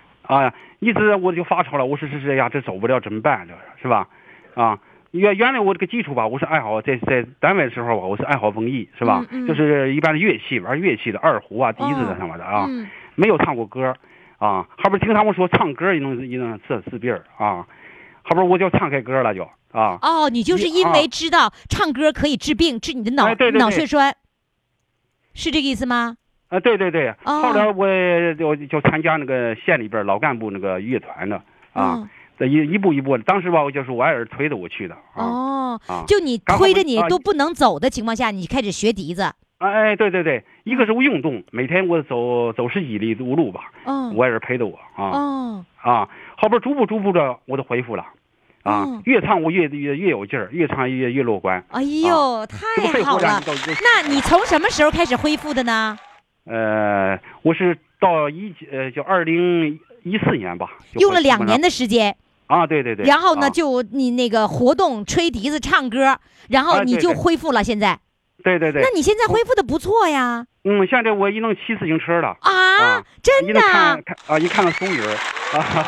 G: 啊！一直我就发愁了，我说是这呀，这走不了怎么办？这是是吧？啊，原原来我这个基础吧，我是爱好在在单位的时候吧，我是爱好文艺是吧？
B: 嗯嗯
G: 就是一般的乐器，玩乐器的二胡啊、笛子
B: 哦
G: 的什么的啊，
B: 嗯
G: 没有唱过歌啊。后边听他们说唱歌也能也能治治病儿啊，后边我就唱开歌了就啊。
B: 哦，你就是因
G: 啊
B: 为知道唱歌可以治病，治你的脑
G: 哎对对对
B: 脑血栓，是这个意思吗？
G: 啊，对对对，
B: 哦
G: 后来我就就参加那个县里边老干部那个乐团的啊
B: 嗯，
G: 这一一步一步的，当时吧，我就是我爱人推着我去的啊，
B: 哦
G: 啊，
B: 就你
G: 刚好
B: 推着
G: 我
B: 你
G: 啊
B: 都不能走的情况下，你开始学笛子。
G: 哎，对对对，一个是我运动，每天我走走十几里路路吧，
B: 哦
G: 我爱人陪着我啊
B: 哦
G: 啊，后边逐步逐步的我都恢复了
B: 嗯
G: 啊，越唱我越越越有劲儿，越唱越越乐观，
B: 哎
G: 啊
B: 呦，太
G: 肺
B: 好
G: 活量
B: 了！
G: 都都
B: 那你从什么时候开始恢复的呢？
G: 呃，我是到一呃就二零一四年吧，就
B: 用了
G: 恢复
B: 两年
G: 的
B: 的时间，
G: 啊，对对对，
B: 然后呢，
G: 啊
B: 就你那个活动、吹笛子、唱歌，然后
G: 哎
B: 你
G: 对
B: 就
G: 对
B: 恢复了。现在，
G: 对对对，
B: 那你现在恢复的不错呀！
G: 嗯，现在我一能骑自行车了，
B: 啊
G: 啊，
B: 真
G: 一
B: 的
G: 能
B: 啊
G: 看看啊，一看到松林儿啊，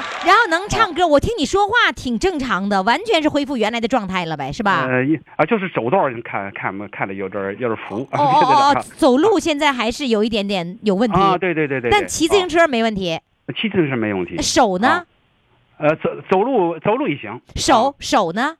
B: 哦，然后能唱歌，我听你说话挺正常的，完全是恢复原来的状态了呗，是吧？
G: 呃一啊，就是走道儿你看看不看着有点儿有点儿浮， (laughs)
B: 哦哦哦哦
G: 啊，
B: 走路现在还是有一点点有问题，
G: 啊，对对对对，
B: 但
G: 对
B: 骑自行、
G: 啊
B: 车没问题。
G: 骑自行车没问题，
B: 手呢
G: 啊？呃，走走路走路也行，
B: 手手呢？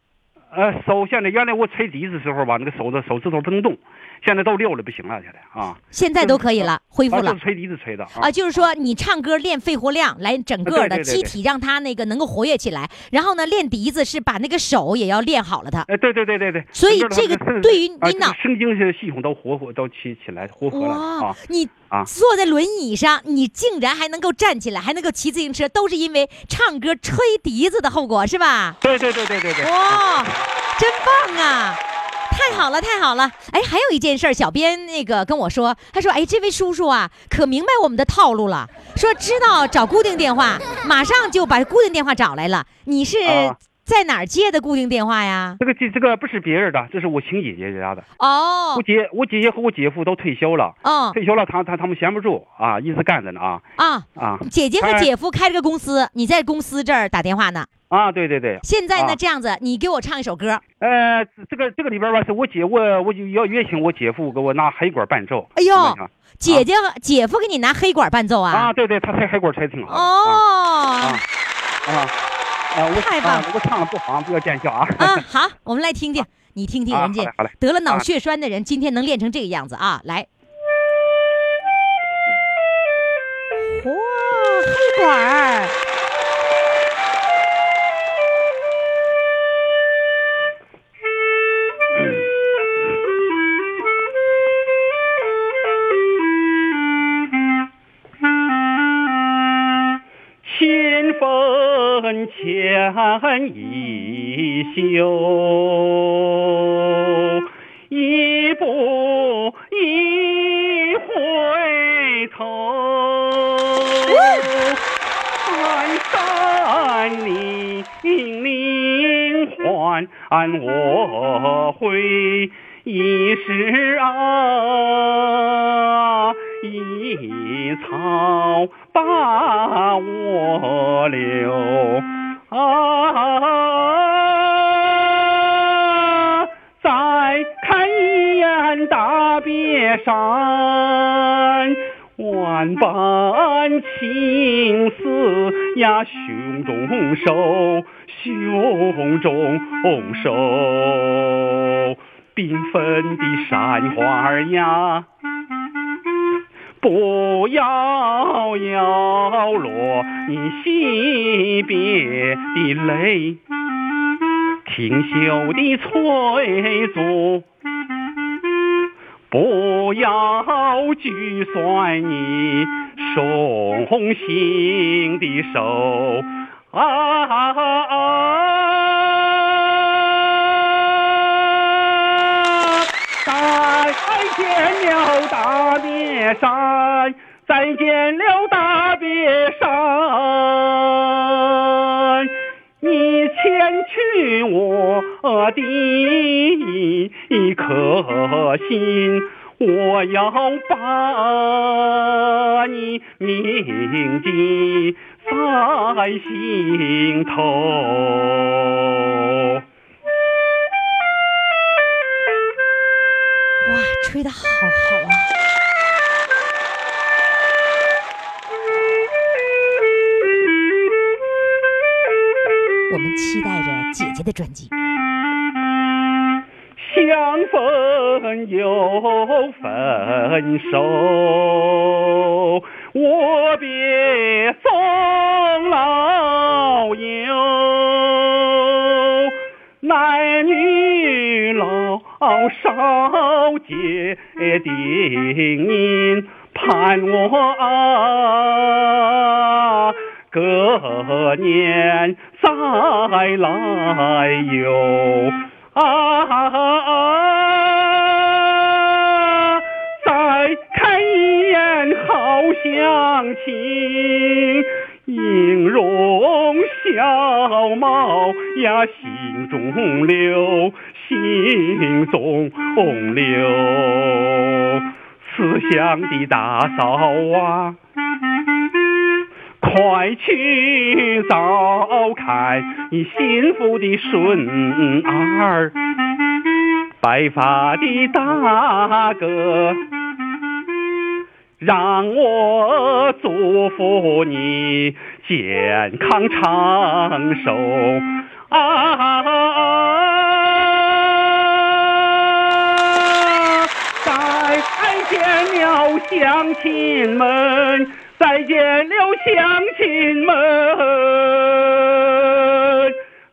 G: 呃，手现在原来我吹笛子时候吧，那个手的手指头不能动，现在都溜了不行了，现在啊，
B: 现在都可以了，恢复
G: 啊，就
B: 了
G: 是。吹笛子吹的啊
B: 啊，就是说你唱歌练肺活量，来整个
G: 对对
B: 的
G: 对
B: 机
G: 对
B: 体让它那个能够活跃起来。然后呢，练笛子是把那个手也要练好了它。
G: 哎，对对对对对，
B: 所以
G: 整
B: 这
G: 的
B: 个
G: 它的
B: 对于
G: 啊
B: 你脑
G: 这个神经系统都活活都起起来活合了
B: 哇
G: 啊，，
B: 你
G: 啊
B: 坐在轮椅上，你竟然还能够站起来，还能够骑自行车，都是因为唱歌吹笛子的后果是吧？
G: 对对对对对对，
B: 哇，真棒啊！太好了，太好了！哎，还有一件事儿，小编那个跟我说，他说：“哎，这位叔叔啊，可明白我们的套路了，说知道找固定电话，马上就把固定电话找来了。你是
G: 啊
B: 在哪儿接的固定电话呀？
G: 这个这这个不是别人的，这是我亲姐姐家的。
B: 哦
G: 我，姐我姐姐和我姐夫都退休了，
B: 哦，
G: 退休了，他他他们闲不住啊，一直干着呢啊
B: 啊，
G: 啊
B: 姐姐和
G: 哎
B: 姐夫开了个公司，你在公司这儿打电话呢。
G: 啊！对对对，
B: 现在呢，
G: 啊
B: 这样子，你给我唱一首歌。
G: 呃，这个这个里边吧，是我姐我我就要约请我姐夫给我拿黑管伴奏。
B: 哎呦
G: 你看
B: 姐姐和、姐夫给你拿黑管伴奏啊
G: 啊，？对对，他吹黑管吹挺好的。
B: 哦，
G: 啊啊啊！啊我
B: 太棒
G: 啊我唱的不好，不要见笑啊。
B: 啊，好，我们来听听，你听听
G: 啊
B: 人家
G: 好嘞好嘞
B: 得了脑血栓的人，今天能练成这个样子啊！来，哇，黑管儿，
G: 清风前一袖，一步一回头，万山凝凝唤我回一时啊，一草把我留啊，再看一眼大别山。万般情思呀，胸中收，胸中收。缤纷的山花儿呀，不要摇落你惜别的泪，听袖的催促。不要计算你手心的手啊再见了大别山，再见了大别山，你牵去我的一颗心，我要把你铭记在心头。
B: 哇，吹的好好啊！我们期待着姐姐的专辑。
G: 相逢又分手，我别终老友，男女老少皆定音，盼我啊，隔年再来哟。啊！再看一眼，好乡情，音容笑貌呀，心中留，心中留。思乡的大嫂啊！快去照看你幸福的孙儿，白发的大哥，让我祝福你健康长寿啊！再见了，乡亲们，再见了，乡亲们。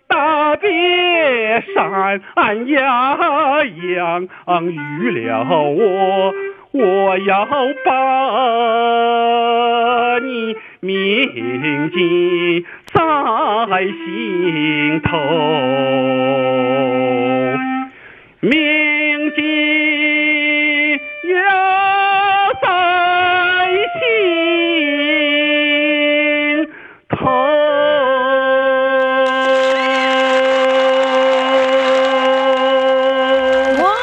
G: 大别山呀，养育了我，我要把你铭记在心头。铭记犹在心头。
B: 哇，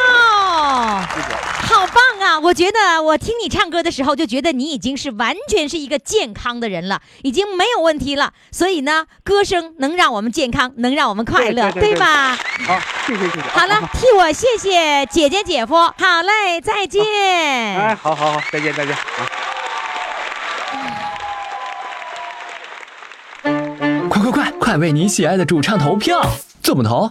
B: 好棒啊！我觉得我听你唱歌的时候，就觉得你已经是完全是一个健康的人了，已经没有问题了。所以呢，歌声能让我们健康，能让我们快乐，
G: 对对对对
B: 吧？
G: 好，谢谢谢谢。
B: 好了，替我谢谢姐姐姐夫。好嘞，再见。
G: 哎，好好好，再见再见啊。
D: 快快快，快为你喜爱的主唱投票！怎么投？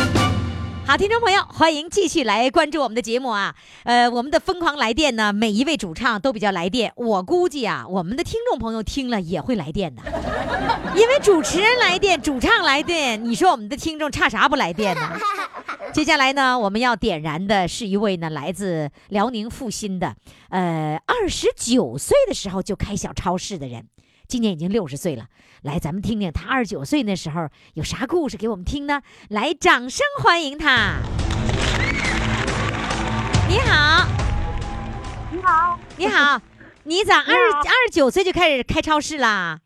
B: 好，听众朋友，欢迎继续来关注我们的节目啊！呃，我们的疯狂来电呢，每一位主唱都比较来电，我估计啊，我们的听众朋友听了也会来电的，因为主持人来电，主唱来电，你说我们的听众差啥不来电呢？接下来呢，我们要点燃的是一位呢来自辽宁阜新的，呃，二十九岁的时候就开小超市的人，今年已经六十岁了。来，咱们听听他二十九岁那时候有啥故事给我们听呢？来，掌声欢迎他。你好，
C: 你好
B: 你好，你咋二二十九岁就开始开超市啦？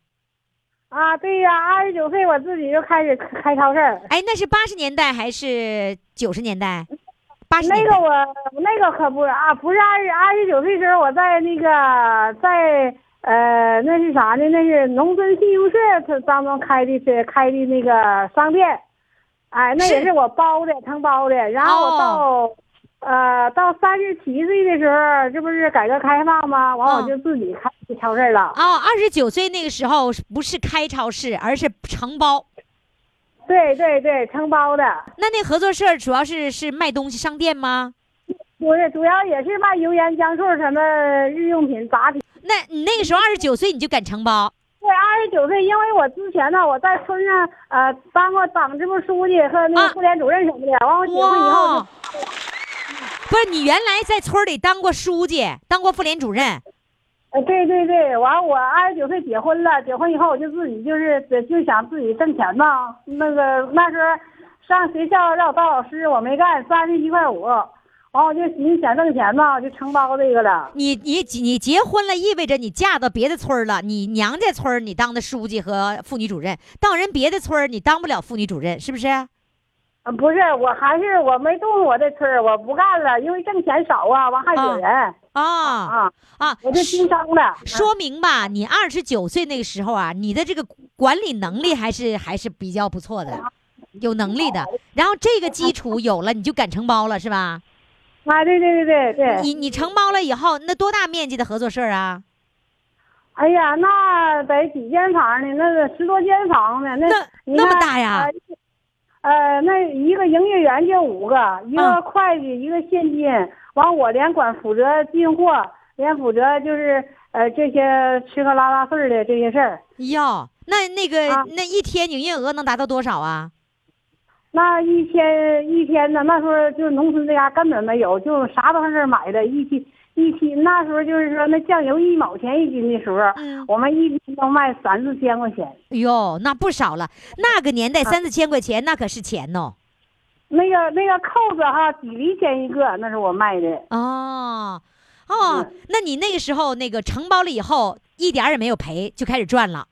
C: 啊，对呀、二十九岁我自己就开始开超市儿。
B: 哎，那是八十年代还是九十年代？八十
C: 那
B: 年
C: 个
B: 代。
C: 我那个可不是啊，不是二十二十九岁时候我在那个在呃那是啥呢？那是农村信用社它当中开的是开的那个商店，哎，那也
B: 是哦
C: 是我包的承包的。然后我到、呃到三十七岁的时候，这不是改革开放吗？完我
B: 嗯
C: 就自己开超市了。
B: 哦，二十九岁那个时候是不是开超市，而是承包。
C: 对对对，承包的。
B: 那那合作社主要是是卖东西商店吗？
C: 不是，主要也是卖油盐酱醋什么日用品杂品。
B: 那你那个时候二十九岁你就敢承包？
C: 对，二十九岁，因为我之前呢，我在村上呃当过党支部书记和那
B: 啊
C: 个妇联主任什么的。完、我结婚以后
B: 哇
C: 就，
B: 不是你原来在村里当过书记，当过妇联主任，
C: 呃，对对对，完我二十九岁结婚了，结婚以后我就自己就是呃就想自己挣钱嘛。那个那时候上学校让我当老师，我没干，三十一块五，完我就寻思想挣钱嘛，我就承包这个了。
B: 你你你结婚了，意味着你嫁到别的村儿了。你娘家村儿你当的书记和妇女主任，到人别的村儿你当不了妇女主任，是不是？
C: 呃不是，我还是我没动我这村儿，我不干了，因为挣钱少啊，完还
B: 啊
C: 有人
B: 啊
C: 啊，
B: 啊！
C: 我就经商了。
B: 说明吧，你二十九岁那个时候啊，你的这个管理能
C: 啊
B: 力还是还是比较不错的，有能力的。然后这个基础有了，你就敢承包了是吧？
C: 啊，对对对对对，
B: 你你承包了以后，那多大面积的合作社啊？
C: 哎呀，那得几间房呢？那得十多间房呢？那
B: 那
C: 你
B: 那么
C: 看
B: 大呀？
C: 呃，呃那一个营业员就五个，一个
B: 嗯
C: 会计，一个现金，完我连管负责进货，连负责就是呃这些吃喝拉撒睡儿的这些事儿。
B: 哟，那那个、
C: 啊
B: 那一天营业额能达到多少啊？
C: 那一天一天呢，那时候就是农村这家根本没有，就啥都上这儿买的。一斤一斤，那时候就是说那酱油一毛钱一斤的时候，
B: 嗯
C: 我们一斤能卖三四千块钱。
B: 哎呦，那不少了。那个年代
C: 啊
B: 三四千块钱，那可是钱哦。
C: 那个那个扣子哈，几厘钱一个，那是我卖的。
B: 哦，
C: 嗯
B: 哦，那你那个时候那个承包了以后，一点儿也没有赔，就开始赚了。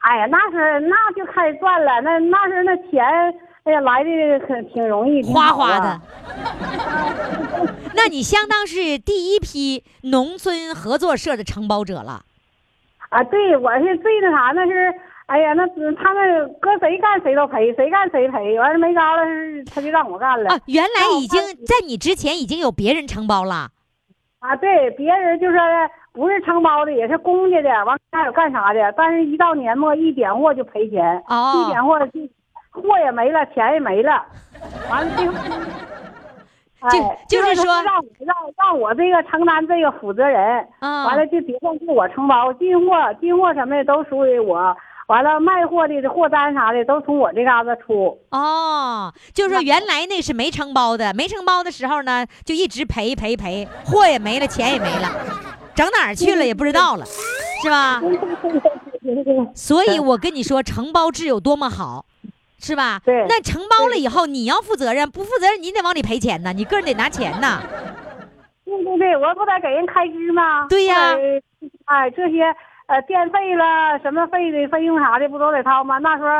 C: 哎呀，那时候那就开始赚了，那那时候那钱，哎呀来的可挺容易，挺
B: 花
C: 好
B: 花
C: 啊
B: 的。那你相当是第一批农村合作社的承包者了。
C: 啊！对，我是最那啥，那是哎呀，那他们搁谁干谁都赔，谁干谁赔。完了没招了，他就让我干了。
B: 啊，原来
C: 那我
B: 已经
C: 看
B: 在你之前已经有别人承包了。
C: 啊，对，别人就是不是承包的，也是公家的，完还有干啥的，但是一到年末一点货就赔钱，
B: 哦
C: 一点货就货也没了，钱也
B: (laughs)
C: 没了，完了最后。
B: 就
C: 哎
B: 就是
C: 最后
B: 说
C: 他让我让让我这个承担这个负责人，
B: 啊
C: 完了就别忘是我承包，进货进货什么的都属于我，完了卖货的这货单啥的都从我这嘎达出，
B: 哦，就是说原来那是没承包的，没承包的时候呢，就一直赔赔赔，货也没了，钱也没了，整哪儿去了也不知道了，是吧？所以我跟你说，承包制有多么好，是吧？
C: 对
B: 那承包了以后，你要负责任，不负责任你得往里赔钱呢，你个人得拿钱呢。
C: 对对对，我不得给人开支吗？
B: 对呀
C: 不得哎，这些呃电费啦、什么费的费用啥的，不都得掏吗？那时候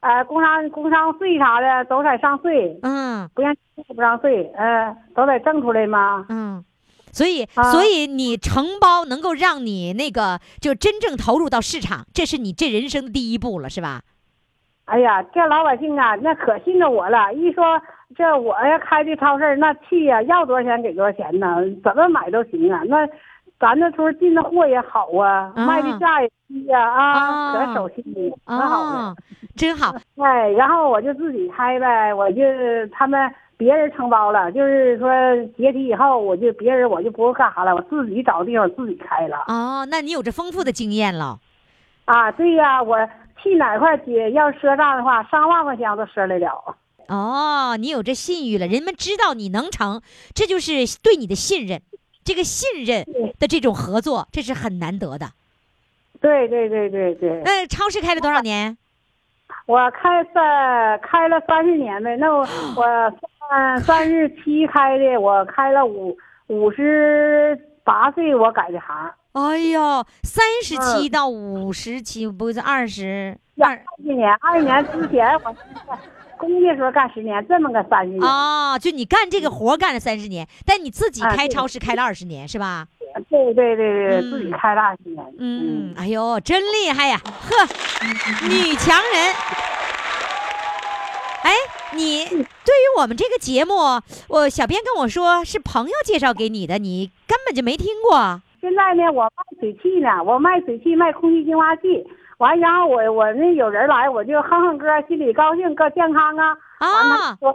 C: 呃工商工商税啥的都得上税，
B: 嗯
C: 不让不让税，呃都得挣出来吗？
B: 嗯，所以、
C: 啊
B: 所以你承包能够让你那个就真正投入到市场，这是你这人生的第一步了，是吧？
C: 哎呀，这老百姓啊，那可信着我了。一说这我要开这超市，那气呀、要多少钱给多少钱呢？怎么买都行啊。那咱这村进的货也好啊，
B: 啊
C: 卖的价也低呀啊，
B: 啊
C: 可守信了，可好了。
B: 哦，真好。
C: 哎，然后我就自己开呗，我就他们别人承包了，就是说解体以后，我就别人我就不干啥了，我自己找地方自己开了。
B: 哦，那你有这丰富的经验了。
C: 啊，对呀、我去哪块去要赊账的话，上万块钱我都赊得了。
B: 哦，你有这信誉了，人们知道你能成，这就是对你的信任。这个信任的这种合作，这是很难得的。
C: 对对对对对，
B: 呃，超市开了多少年？
C: 我开三开了三十年呗，
B: (sniffs)
C: 那我我三三十七开的，我开了五五十八岁我改的行，
B: 哎呦，三十
C: 嗯
B: 七到五十七，不是二十
C: 干
B: 二
C: 三十年，二十年之前我是在工地时候干十年，这么个三十年。
B: 哦，就你干这个活儿干了三十年，但你自己
C: 嗯啊
B: 开
C: 对
B: 超市开了二十年，是吧？
C: 对对对对，
B: 嗯
C: 自己开大兴。
B: 嗯，，哎呦，真厉害呀！呵，女强人。哎，你对于我们这个节目，我小编跟我说是朋友介绍给你的，你根本就没听过。啊
C: 现在呢，我卖水汽呢，我卖水汽，卖空气净化器。完，然后我我那有人来，我就哼哼歌，心里高兴，个健康啊。
B: 啊，
C: 我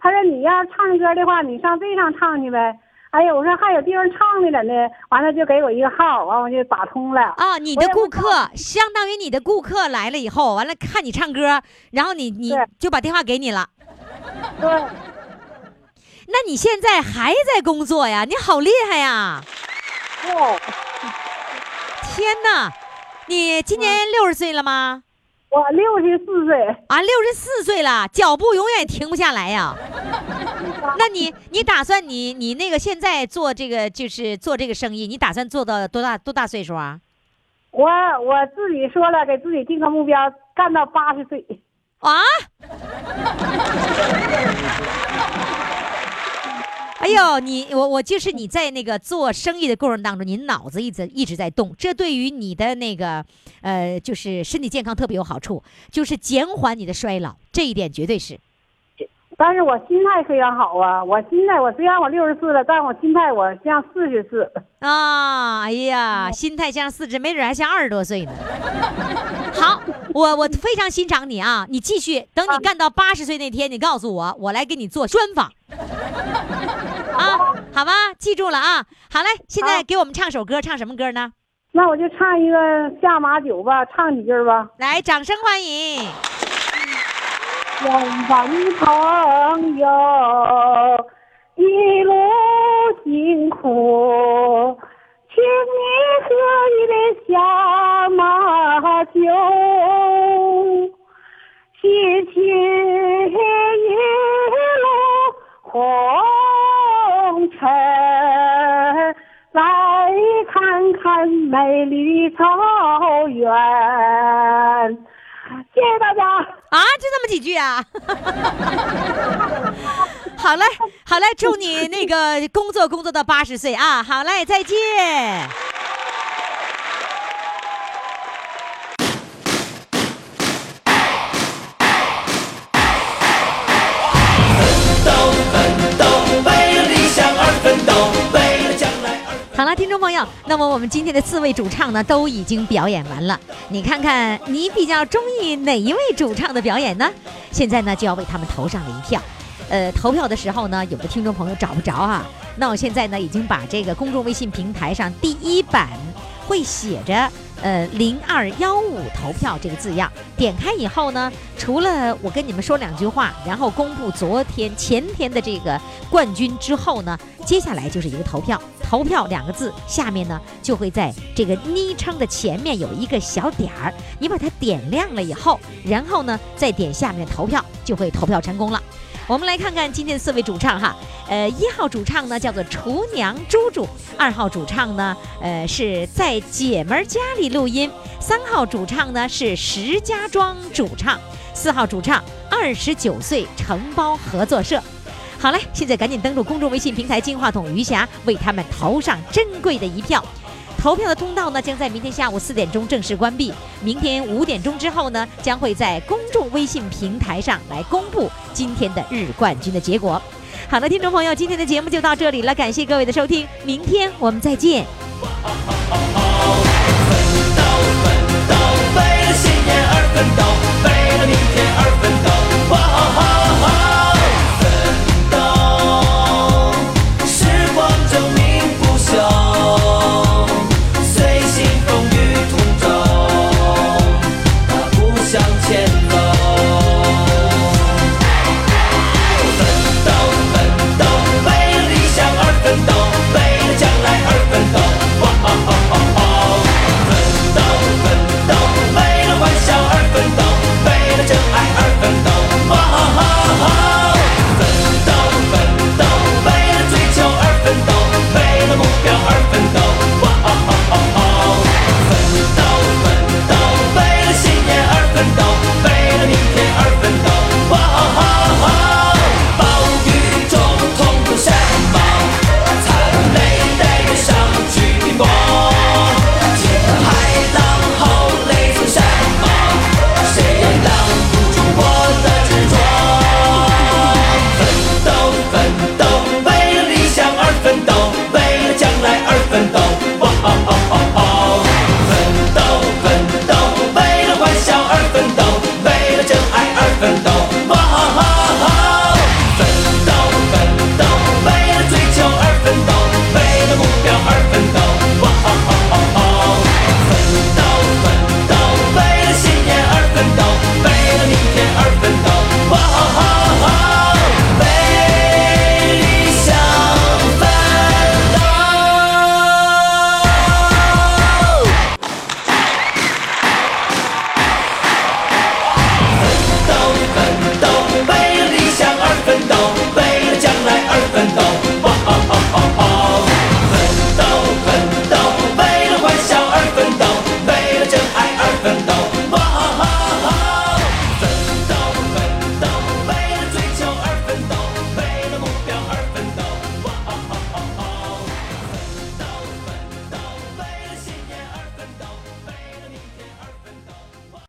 C: 他说你要唱歌的话，你上这上唱去呗。哎呀，我说还有地方唱的了呢。完了就给我一个号，完我就打通了。
B: 啊，你的顾客相当于你的顾客来了以后，完了看你唱歌，然后你你
C: 对
B: 就把电话给你了。
C: 对，
B: 那你现在还在工作呀？你好厉害呀！
C: 对，
B: 天哪，你今
C: 嗯
B: 年六十岁了吗？
C: 我六十四岁，
B: 啊，六十四岁了，脚步永远停不下来呀。那你你打算你你那个现在做这个就是做这个生意，你打算做到多大多大岁数啊？
C: 我我自己说了，给自己定个目标，干到八十岁。
B: 啊！ (laughs) 哎呦，你我我就是你在那个做生意的过程当中，你脑子一直一直在动，这对于你的那个呃，就是身体健康特别有好处，就是减缓你的衰老，这一点绝对是。
C: 但是我心态非常好啊，我心态我虽然我六十四了，但我心态我像四十四。
B: 啊，哎呀，心态像四十，没准还像二十多岁呢。 (laughs) 好，我我非常欣赏你啊！你继续，等你干到八十岁那天，你告诉我，我来给你做专访。啊，好吧，记住了啊！好嘞，现在给我们唱首歌，唱什么歌呢？
C: 那我就唱一个《下马酒》吧，唱几句儿吧。
B: 来，掌声欢迎！啊
C: 远方朋友，一路辛苦，请你喝一杯下马酒，谢谢一路红尘，来看看美丽的草原。谢谢大家。
B: 啊，就这么几句啊。 (laughs) 好嘞，好嘞，祝你那个工作工作到八十岁啊！好嘞，再见。
A: 斗奋斗，为了理想而奋斗，为了将来而。
B: 好了，听众朋友，那么我们今天的四位主唱呢，都已经表演完了。你看看，你比较中意哪一位主唱的表演呢？现在呢，就要为他们投上了一票。呃，投票的时候呢，有的听众朋友找不着啊。那我现在呢，已经把这个公众微信平台上第一版会写着呃零二幺五投票这个字样，点开以后呢，除了我跟你们说两句话，然后公布昨天前天的这个冠军之后呢，接下来就是一个投票，投票两个字，下面呢就会在这个昵称的前面有一个小点儿，你把它点亮了以后，然后呢再点下面投票，就会投票成功了。 (laughs) 我们来看看今天四位主唱哈，呃，一号主唱呢叫做厨娘猪猪，二号主唱呢，呃，是在姐们儿家里录音，三号主唱呢是石家庄主唱，四号主唱二十九岁承包合作社。好嘞，现在赶紧登录公众微信平台“金话筒余霞”，为他们投上珍贵的一票。投票的通道呢，将在明天下午四点钟正式关闭。明天五点钟之后呢，将会在公众微信平台上来公布今天的日冠军的结果。好了，听众朋友，今天的节目就到这里了，感谢各位的收听，明天我们再见。
A: 奋斗，为了信念而奋斗，为